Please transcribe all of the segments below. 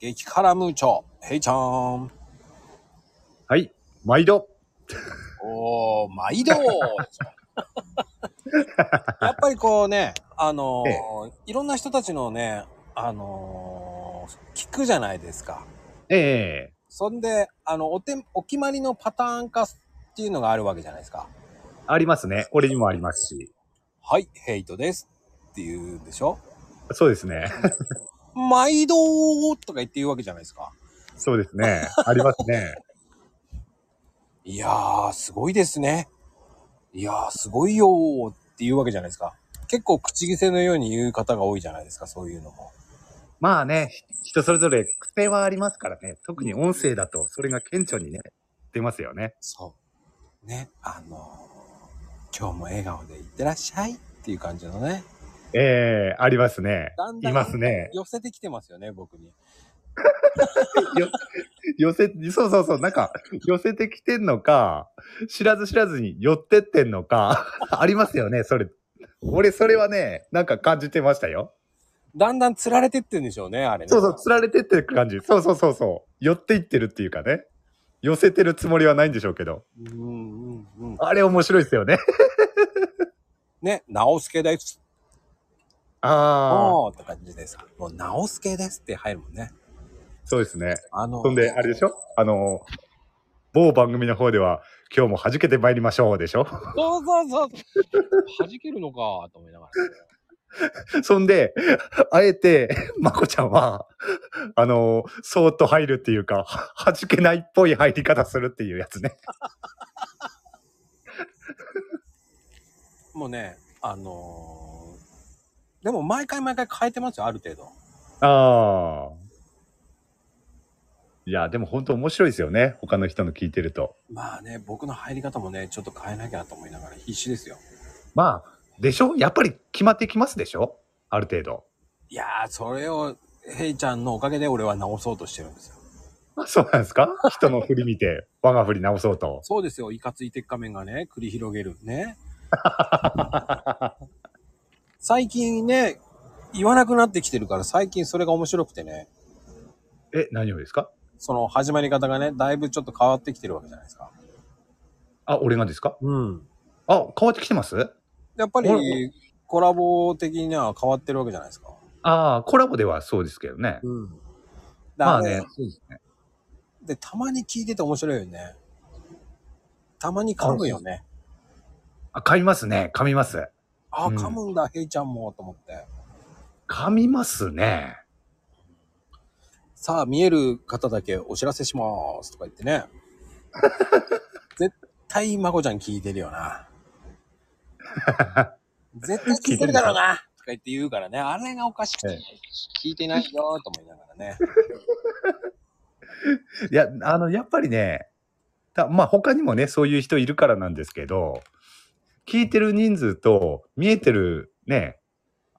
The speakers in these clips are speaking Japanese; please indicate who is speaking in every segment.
Speaker 1: 激辛ムーチョ、ヘイちゃん。
Speaker 2: はい、毎度。
Speaker 1: おー、毎度やっぱりこうね、あのーいろんな人たちのね、あのー聞くじゃないですか。
Speaker 2: ええ
Speaker 1: そんで、あの、おて、お決まりのパターン化っていうのがあるわけじゃないですか。
Speaker 2: ありますね。俺にもありますし。
Speaker 1: はい、ヘイトですって言うんでしょ
Speaker 2: そうですね。
Speaker 1: 毎度ーとか言って言うわけじゃないですか。
Speaker 2: そうですね。ありますね。
Speaker 1: いやー、すごいですね。いやー、すごいよーっていうわけじゃないですか。結構口癖のように言う方が多いじゃないですか、そういうのも。
Speaker 2: まあね、人それぞれ癖はありますからね。特に音声だと、それが顕著にね、出ますよね。
Speaker 1: そう。ね、あのー今日も笑顔でいってらっしゃいっていう感じのね、
Speaker 2: ええありますね
Speaker 1: だん。だん
Speaker 2: いますね。
Speaker 1: 寄せてきてますよね、僕に。
Speaker 2: よ寄せ、そうそうそう、なんか、寄せてきてんのか、知らず知らずに寄ってってんのか、 ありますよね、それ。俺、それはね、なんか感じてましたよ。
Speaker 1: だんだん釣られてってんでしょうね、あれね。
Speaker 2: そうそう、釣られてってる感じ。そうそうそうそう。寄っていってるっていうかね。寄せてるつもりはないんでしょうけど。
Speaker 1: うんうんうん。
Speaker 2: あれ面白いですよね。
Speaker 1: ね、直輔です。
Speaker 2: ああ、
Speaker 1: おーって感じです。もう直輔ですって入るもんね。
Speaker 2: そうですね。
Speaker 1: あのー
Speaker 2: そんで、あれでしょあの、某番組の方では、今日も弾けてまいりましょうでしょ
Speaker 1: そうそうそう。弾けるのかと思いながら。
Speaker 2: そんで、あえて、まこちゃんは、あの、そーっと入るっていうか、は弾けないっぽい入り方するっていうやつね。
Speaker 1: もうね、あのーでも毎回毎回変えてますよ、ある程度。
Speaker 2: ああ。いや、でも本当面白いですよね。他の人の聞いてると。
Speaker 1: まあね、僕の入り方もね、ちょっと変えなきゃと思いながら必死ですよ。
Speaker 2: まあ、でしょやっぱり決まってきますでしょある程度。
Speaker 1: いやー、それを、ヘイちゃんのおかげで俺は直そうとしてるんですよ。
Speaker 2: あそうなんですか人の振り見て、我が振り直そうと。
Speaker 1: そうですよ、いかつい鉄仮面がね、繰り広げる ね。最近ね、言わなくなってきてるから、最近それが面白くてね、
Speaker 2: え、何をですか
Speaker 1: その始まり方がね、だいぶちょっと変わってきてるわけじゃないですか。
Speaker 2: あ、俺がですか
Speaker 1: うん。
Speaker 2: あ、変わってきてます
Speaker 1: やっぱ
Speaker 2: ほら
Speaker 1: りコラボ的には変わってるわけじゃないですか。
Speaker 2: ああ、コラボではそうですけどね。
Speaker 1: うん。
Speaker 2: ま
Speaker 1: だ
Speaker 2: あ
Speaker 1: から
Speaker 2: ね。そうですね。
Speaker 1: で、たまに聞いてて面白いよね。たまに噛むよね。
Speaker 2: あ、噛みますね。噛みます。
Speaker 1: ああ、
Speaker 2: うん
Speaker 1: 噛むんだ、ヘイちゃんも、と思って。
Speaker 2: 噛みますね。
Speaker 1: さあ、見える方だけお知らせします、とか言って ね。絶対、まこちゃん聞いてるよな。 絶対聞いてるだろうな、とか言って言うからね。あれがおかしくて、
Speaker 2: え
Speaker 1: 聞いてないよ、と思いながらね。
Speaker 2: いや、あの、やっぱりね、たまあ他にもね、そういう人いるからなんですけど、聞いてる人数と見えてるね、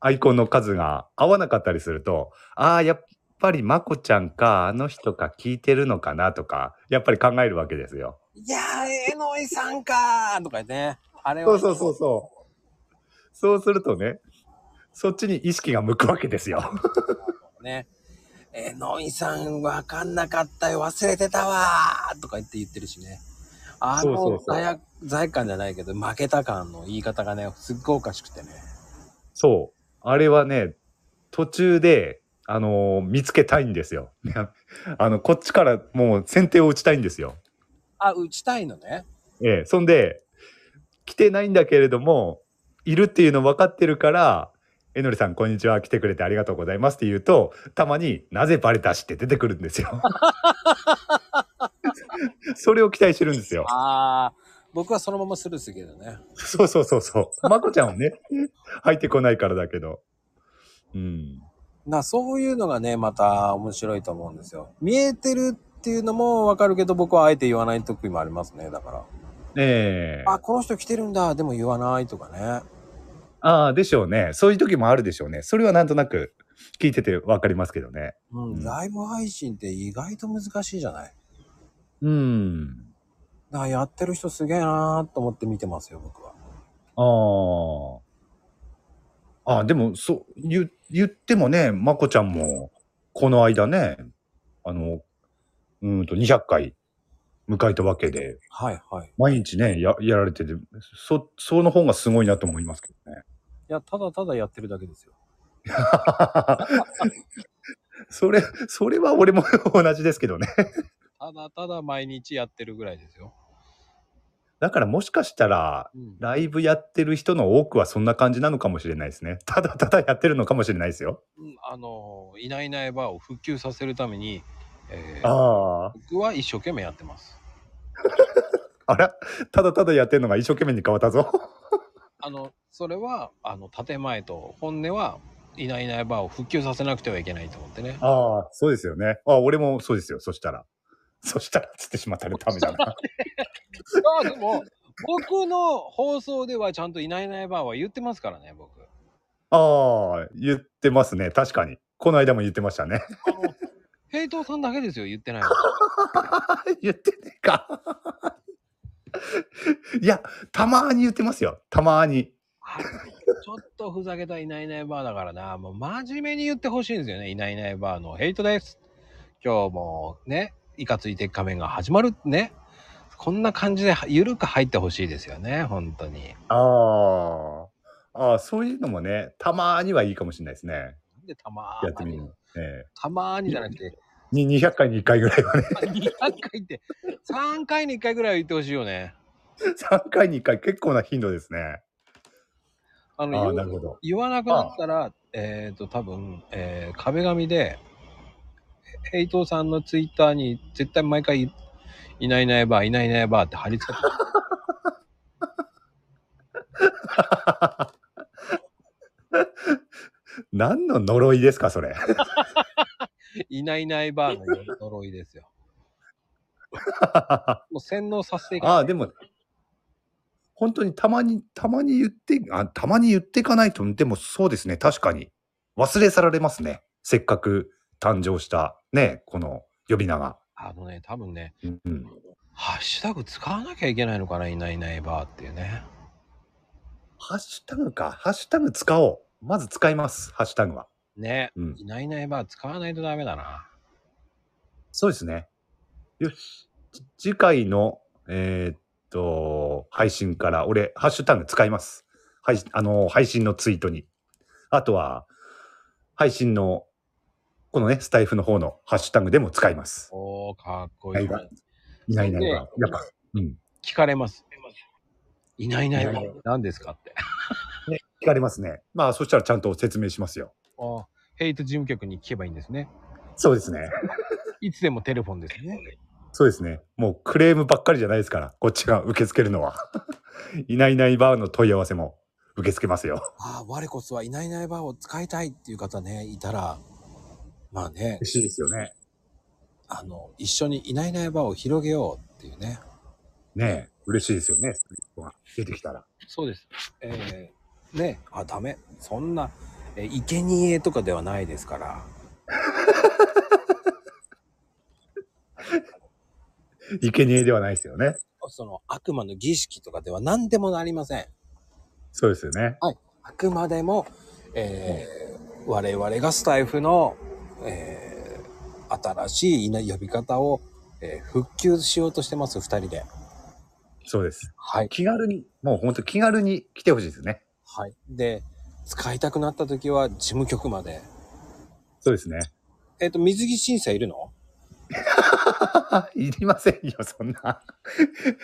Speaker 2: アイコンの数が合わなかったりすると、ああ、やっぱりまこちゃんか、あの人か聞いてるのかなとか、やっぱり考えるわけですよ。
Speaker 1: いやー、えのいさんかー、とか言ってね。あれ
Speaker 2: そ
Speaker 1: を
Speaker 2: うそうそうそう。そうするとね、そっちに意識が向くわけですよ。
Speaker 1: ね。えのいさんわかんなかったよ、忘れてたわーとか言って言ってるしね。あ
Speaker 2: そうそ
Speaker 1: の
Speaker 2: うそう
Speaker 1: 罪悪、罪悪感じゃないけど、負けた感の言い方がね、すっごいおかしくてね。
Speaker 2: そう。あれはね、途中で、あのー見つけたいんですよ。 あの、こっちからもう先手を打ちたいんですよ。
Speaker 1: あ、打ちたいのね。
Speaker 2: ええ、そんで、来てないんだけれども、いるっていうの分かってるから、えのりさん、こんにちは。来てくれてありがとうございますって言うと、たまになぜバレたしって出てくるんですよ。 それを期待してるんですよ。
Speaker 1: あー、僕はそのままスルーするけどね。
Speaker 2: そうそうそうそう。まこちゃんはね、入ってこないからだけど。うん。
Speaker 1: な、そういうのがね、また面白いと思うんですよ。見えてるっていうのもわかるけど、僕はあえて言わない時もありますね、だから。
Speaker 2: ええ
Speaker 1: あ、この人来てるんだ、でも言わないとかね。
Speaker 2: ああ、でしょうね。そういう時もあるでしょうね。それはなんとなく聞いててわかりますけどね。
Speaker 1: う、
Speaker 2: うんん
Speaker 1: ライブ配信って意外と難しいじゃない
Speaker 2: うん。
Speaker 1: だからやってる人すげえなーと思って見てますよ、僕は。
Speaker 2: ああ。ああ、でも、そう、言、言ってもね、まこちゃんも、この間ね、あの、うーんと、200回迎えたわけで、
Speaker 1: はいはい。
Speaker 2: 毎日ね、ややられてて、そ、その方がすごいなと思いますけどね。
Speaker 1: いや、ただただやってるだけですよ。
Speaker 2: それ、それは俺も 同じですけどね。
Speaker 1: ただただ毎日やってるぐらいですよ。
Speaker 2: だからもしかしたら、
Speaker 1: うん、
Speaker 2: ライブやってる人の多くはそんな感じなのかもしれないですね。 ただただやってるのかもしれないですよ。
Speaker 1: うんあのーいないいないばあを復旧させるために、えー
Speaker 2: あ
Speaker 1: 僕は一生懸命やってます。
Speaker 2: あ。あら ただただやってるのが一生懸命に変わったぞ。
Speaker 1: あのそれはあの建前と本音はいないいないばあを復旧させなくてはいけないと思ってね。
Speaker 2: ああ、そうですよね。あ俺もそうですよ。そしたら。そしたら、つってしま ったらダメだな。
Speaker 1: あでも僕の放送ではちゃんといないいないばあは言ってますからね僕。
Speaker 2: ああ、言ってますね。確かに。この間も言ってましたね。
Speaker 1: あの平等さんだけですよ言ってないの。
Speaker 2: 言ってねえか。 いや、たまーに言ってますよ。たまーに。
Speaker 1: あ ちょっとふざけたいないいないばあだからなもう真面目に言ってほしいんですよねいないいないばあのヘイトです。今日もねいかついて仮面が始まるね。こんな感じでゆるく入ってほしいですよね本当に。
Speaker 2: ああ。ああ、そういうのもね、たまーにはいいかもしれないですね。
Speaker 1: なんでたま
Speaker 2: やって
Speaker 1: ー
Speaker 2: みる
Speaker 1: に
Speaker 2: の。え
Speaker 1: たまーにじゃなくて、
Speaker 2: えに200回に1回ぐらいは ね、
Speaker 1: 200回って、3回に1回ぐらいは言ってほしいよね。
Speaker 2: 3回に1回結構な頻度ですね。
Speaker 1: あの
Speaker 2: ああ、
Speaker 1: 言
Speaker 2: な
Speaker 1: わ
Speaker 2: るほど。
Speaker 1: 言わなくなったら、えっ、と、多分、えー壁紙で、ヘイトさんのツイッターに絶対毎回、いないいないばー、いないいないばーって貼り付けて、
Speaker 2: 何の呪いですか、そ れ。
Speaker 1: いないいないばーの呪いですよ。
Speaker 2: あ
Speaker 1: もう洗脳させていかない
Speaker 2: あ、でも、本当にたまに、たまに言って、あたまに言っていかないと、でもそうですね、確かに。忘れ去られますね。せっかく誕生した、ね、この呼び名が。
Speaker 1: あのね、多分ね、
Speaker 2: うん、
Speaker 1: ハッシュタグ使わなきゃいけないのかな、いないいないばーっていうね。
Speaker 2: ハッシュタグか。ハッシュタグ使おう。まず使います、ハッシュタグは。
Speaker 1: ね、
Speaker 2: うん
Speaker 1: いないいないばー使わないとダメだな。
Speaker 2: そうですね。よし。じ次回の、えーっと、配信から、俺、ハッシュタグ使います。はい、あの、配信のツイートに。あとは、配信の、このね、スタイフの方のハッシュタグでも使います。
Speaker 1: おー、かっこいい
Speaker 2: い。ないいないいないば。やっぱ、うん。
Speaker 1: 聞かれます。いないいないば
Speaker 2: いないいない、
Speaker 1: 何ですかって。
Speaker 2: 聞かれますね。まあ、そしたらちゃんと説明しますよ。
Speaker 1: ああヘイト事務局に聞けばいいんですね。
Speaker 2: そうですね。
Speaker 1: いつでもテレフォンですね。
Speaker 2: そうですね。もうクレームばっかりじゃないですから、こっちが受け付けるのは。 いないいないバーの問い合わせも受け付けますよ。
Speaker 1: ああ、我こそはいないいないばを使いたいっていう方ね、いたら、まあね、
Speaker 2: 嬉しいですよね。
Speaker 1: あの、一緒にいないいないばを広げようっていうね。
Speaker 2: ねえ、嬉しいですよね。出てきたら。
Speaker 1: そうです。えー、ね、あ、ダメ。そんな、えー、生贄とかではないですから。
Speaker 2: 生贄ではないですよね。
Speaker 1: その悪魔の儀式とかでは何でもありません。
Speaker 2: そうですよね。
Speaker 1: あくまでも、えー我々がスタイフの、えー新しい稲呼び方を、えー復旧しようとしてます、二人で。
Speaker 2: そうです。
Speaker 1: はい。
Speaker 2: 気軽に、もう本当気軽に来てほしいですね。
Speaker 1: はい。で、使いたくなった時は事務局まで。
Speaker 2: そうですね。
Speaker 1: えっ、と、水着審査いるの
Speaker 2: いりませんよ、そんな。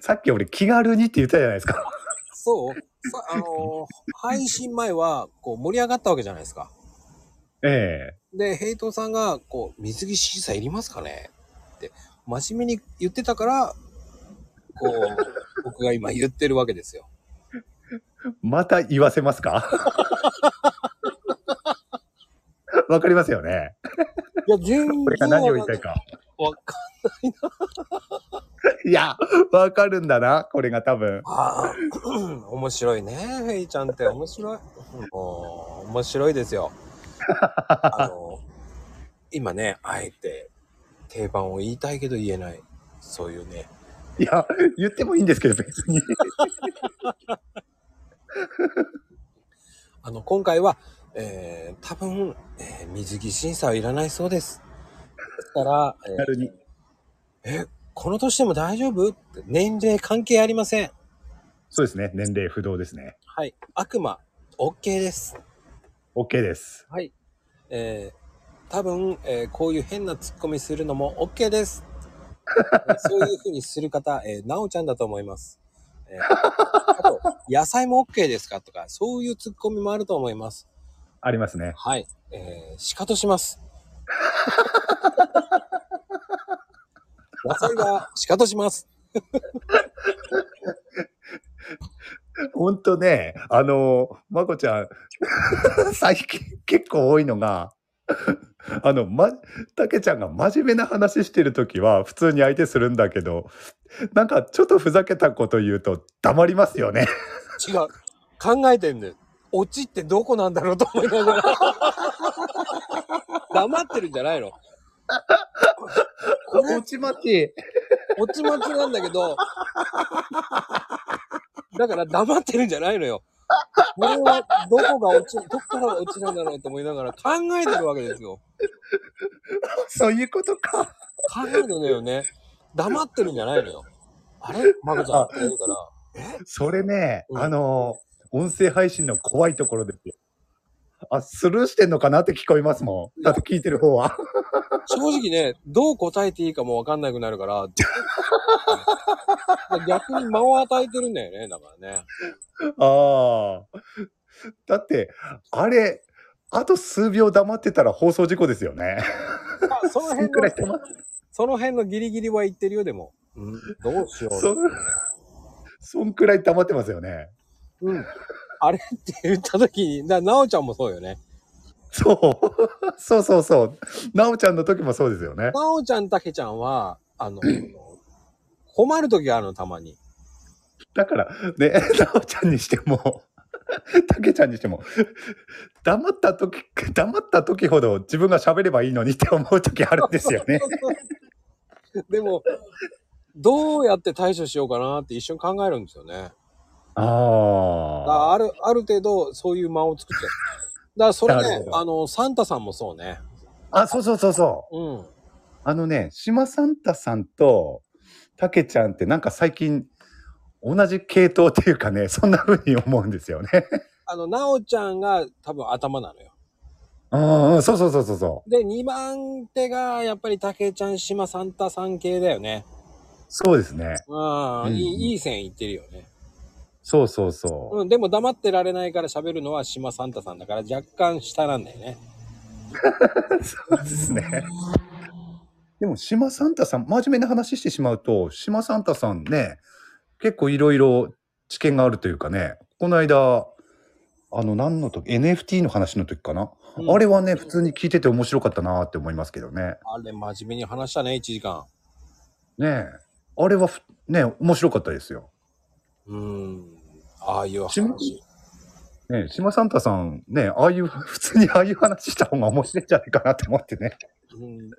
Speaker 2: さっき俺気軽にって言ったじゃないですか。
Speaker 1: そうさあのー配信前は、こう、盛り上がったわけじゃないですか。
Speaker 2: ええ
Speaker 1: で、ヘイトさんが、こう、水着審査いりますかねって、真面目に言ってたから、こう、僕が今言ってるわけですよ。
Speaker 2: また言わせます かわかりますよね。
Speaker 1: いや、全然
Speaker 2: これが何を言いたいか。
Speaker 1: わか
Speaker 2: いや、わかるんだな、これが多分。
Speaker 1: ああ、面白いね、フェイちゃんって面白い。もう、面白いですよ。あの、今ね、あえて定番を言いたいけど言えない。そういうね。
Speaker 2: いや、言ってもいいんですけど、別に。
Speaker 1: あの、今回は、えー、多分、えー水着審査はいらないそうです。ったら、えー
Speaker 2: 気軽に。
Speaker 1: この年でも大丈夫って年齢関係ありません。
Speaker 2: そうですね。年齢不動ですね。
Speaker 1: はい。悪魔、OK です。
Speaker 2: OK です。
Speaker 1: はい。えー、多分、えーこういう変なツッコミするのも OK です。 えーそういうふうにする方、えー、なおちゃんだと思います。えー、あと、野菜も OK ですかとか、そういうツッコミもあると思います。
Speaker 2: ありますね。
Speaker 1: はい。えー、シカトします。 野菜がシカトします。
Speaker 2: ほんとね、あのー、まこちゃん、 最近結構多いのが、 あの、ま、たけちゃんが真面目な話してるときは普通に相手するんだけど、なんかちょっとふざけたこと言うと黙りますよね。
Speaker 1: 違う。考えてんだよ。オチってどこなんだろうと思いながら。 黙ってるんじゃないのこれ
Speaker 2: 落ちまち。
Speaker 1: おちまちなんだけど、だから黙ってるんじゃないのよ。これはどこが落ち、どこから落ちなんだろうと思いながら考えてるわけですよ。
Speaker 2: そういうことか。
Speaker 1: 考えてるのよね。黙ってるんじゃないのよ。あれマコちゃんって言うから、
Speaker 2: それね、
Speaker 1: うん
Speaker 2: あのー、音声配信の怖いところですよ。あ、スルーしてんのかなって聞こえますもん。だって聞いてる方は。
Speaker 1: 正直ね、どう答えていいかもわかんなくなるから、逆に間を与えてるんだよね、だからね。
Speaker 2: ああ。 だって、あれ、あと数秒黙ってたら放送事故ですよね。
Speaker 1: まあその辺
Speaker 2: いく
Speaker 1: の、
Speaker 2: らしてます
Speaker 1: その辺のギリギリは言ってるよ、でも。うん、どうしよう。
Speaker 2: そん、そんくらい黙ってますよね。
Speaker 1: うん。あれって言った時に、だなおちゃんもそうよね。
Speaker 2: そう。 そうそうそう。なおちゃんの時もそうですよね。
Speaker 1: なおちゃん、たけちゃんは、あの、困る時があるの、たまに。
Speaker 2: だから、ね、 なおちゃんにしても、 たけちゃんにしても、黙った時、黙った時ほど自分が喋ればいいのにって思う時あるんで すよね。
Speaker 1: でも、どうやって対処しようかなって一瞬考えるんですよね。だか
Speaker 2: あ
Speaker 1: らある、ある程度、そういう間を作って。だから、それ
Speaker 2: なる
Speaker 1: ね
Speaker 2: ほ、ど
Speaker 1: あの、サンタさんもそうね。
Speaker 2: あ。あ、そうそうそうそう。
Speaker 1: うん。
Speaker 2: あのね、島サンタさんとたけちゃんってなんか最近同じ系統っていうかね、そんな風に思うんですよね。
Speaker 1: あの、なおちゃんが多分頭なのよ。
Speaker 2: うんうん、そうそうそうそうそう。
Speaker 1: で、2番手が、やっぱりたけちゃん、島サンタさん系だよね。
Speaker 2: そうですね。
Speaker 1: うん、
Speaker 2: うん
Speaker 1: いいいい線いってるよね。
Speaker 2: そうそうそう。
Speaker 1: うん、でも黙ってられないから喋るのは島サンタさんだから若干下なんだよね。
Speaker 2: そうで すね。でも島サンタさん、真面目な話してしまうと、島サンタさんね、結構いろいろ知見があるというかね、この間、あの何の時 NFT の話の時かな、
Speaker 1: うん
Speaker 2: あれはね普通に聞いてて面白かったなーって思いますけどね
Speaker 1: あれ真面目に話したね、1時間。
Speaker 2: ねえあれはふね面白かったですよ
Speaker 1: うん。ああいう
Speaker 2: 島
Speaker 1: 話。
Speaker 2: ねえ、島サンタさん、ねえ、ああいう、普通にああいう話した方が面白いんじゃないかなと思ってね。
Speaker 1: うん、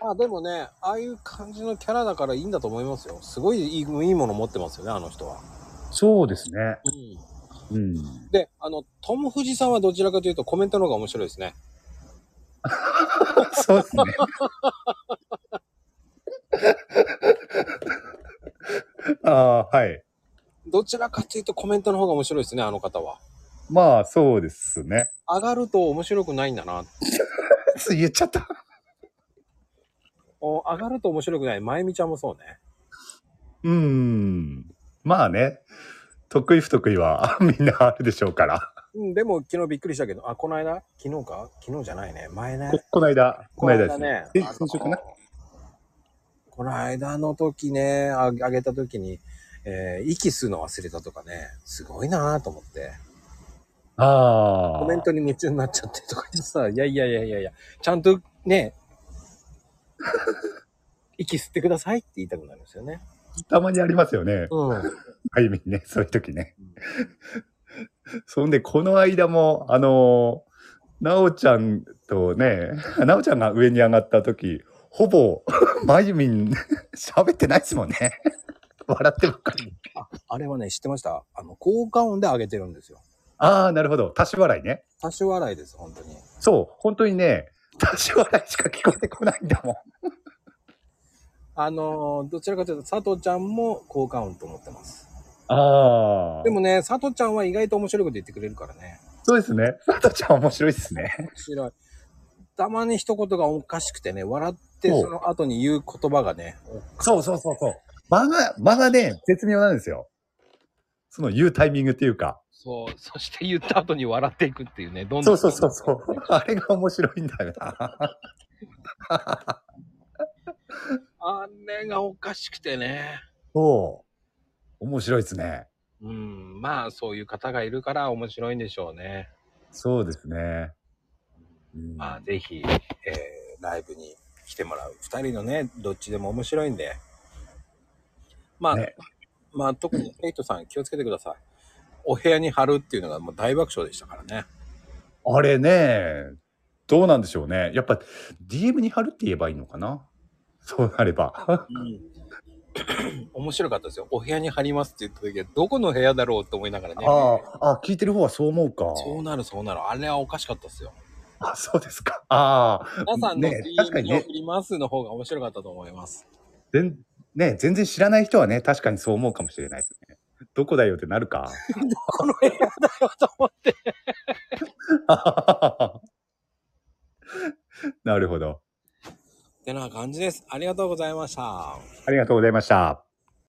Speaker 1: まあでもね、ああいう感じのキャラだからいいんだと思いますよ。すごいいいいいもの持ってますよね、あの人は。
Speaker 2: そうですね。
Speaker 1: うん、
Speaker 2: うん。
Speaker 1: で、あの、トム・フジさんはどちらかというとコメントの方が面白いですね。
Speaker 2: そうですね。 ああ、はい。
Speaker 1: どちらかというとコメントの方が面白いですね、あの方は。
Speaker 2: まあ、そうですね。
Speaker 1: 上がると面白くないんだな。
Speaker 2: 言っちゃった。
Speaker 1: お上がると面白くない。まゆみちゃんもそうね。
Speaker 2: うん。まあね。得意不得意は みんなあるでしょうから。
Speaker 1: うん、でも昨日びっくりしたけど、あ、この間昨日か昨日じゃないね。前ね
Speaker 2: こ。この間、この間ですね
Speaker 1: ね。。
Speaker 2: え
Speaker 1: あの
Speaker 2: 先週かな
Speaker 1: この間の時ね、ああげた時に、えー息吸うの忘れたとかね、すごいなぁと思って、
Speaker 2: ああ。
Speaker 1: コメントに夢中になっちゃってとか言ってさ、いやいやいやいやいや、ちゃんとね、 息吸ってくださいって言いたくなるんですよね。
Speaker 2: たまにありますよね。
Speaker 1: うん。
Speaker 2: あゆみんね、 そういう時ね。そんで、この間も、あのー、なおちゃんとね、 なおちゃんが上に上がった時、ほぼ、 まゆみん、 喋ってないですもんね。 笑ってばっかり。
Speaker 1: あ、あれはね、知ってましたあの、効果音で上げてるんですよ。
Speaker 2: ああ、なるほど。足し笑いね。
Speaker 1: 多少笑いです、本当に。
Speaker 2: そう、本当にね、出し笑いしか聞こえてこないんだもん。
Speaker 1: あのーどちらかというと、佐藤ちゃんも効果音と思ってます。
Speaker 2: ああ。
Speaker 1: でもね、佐藤ちゃんは意外と面白いこと言ってくれるからね。
Speaker 2: そうですね。佐藤ちゃん面白いですね。
Speaker 1: 面白い。たまに一言がおかしくてね、笑って
Speaker 2: そう
Speaker 1: その後に言う言葉がね、
Speaker 2: そうそうそうそう。間が、間がね、絶妙なんですよ。その言うタイミングっていうか。
Speaker 1: そう、そして言った後に笑っていくっていうね、どん
Speaker 2: そうそうそうそう。 あれが面白いんだよな。
Speaker 1: あれがおかしくてね。
Speaker 2: そう。面白いですね。
Speaker 1: うん、まあそういう方がいるから面白いんでしょうね。
Speaker 2: そうですね。うん
Speaker 1: まあぜひ、えーライブに来てもらう。二人のね、どっちでも面白いんで。まあ、
Speaker 2: ね
Speaker 1: まあ特にヘイトさん気をつけてください。お部屋に貼るっていうのがもう大爆笑でしたからね。
Speaker 2: あれね、どうなんでしょうね。やっぱ DM に貼るって言えばいいのかな。そうなれば。
Speaker 1: 面白かったですよ。お部屋に貼りますって言った時は、どこの部屋だろうと思いながらね。
Speaker 2: ああ、あ聞いてる方はそう思うか。
Speaker 1: そうなる、そうなる。あれはおかしかったですよ。
Speaker 2: あそうですか。ああ、
Speaker 1: 皆さんの
Speaker 2: ね確か
Speaker 1: DM
Speaker 2: に
Speaker 1: に
Speaker 2: ね
Speaker 1: 送りますの方が面白かったと思います。
Speaker 2: 全ね、全然知らない人はね、確かにそう思うかもしれないですね。どこだよってなるか。
Speaker 1: この部屋だよと思って。
Speaker 2: なるほど。
Speaker 1: ってな感じです。ありがとうございました。
Speaker 2: ありがとうございました。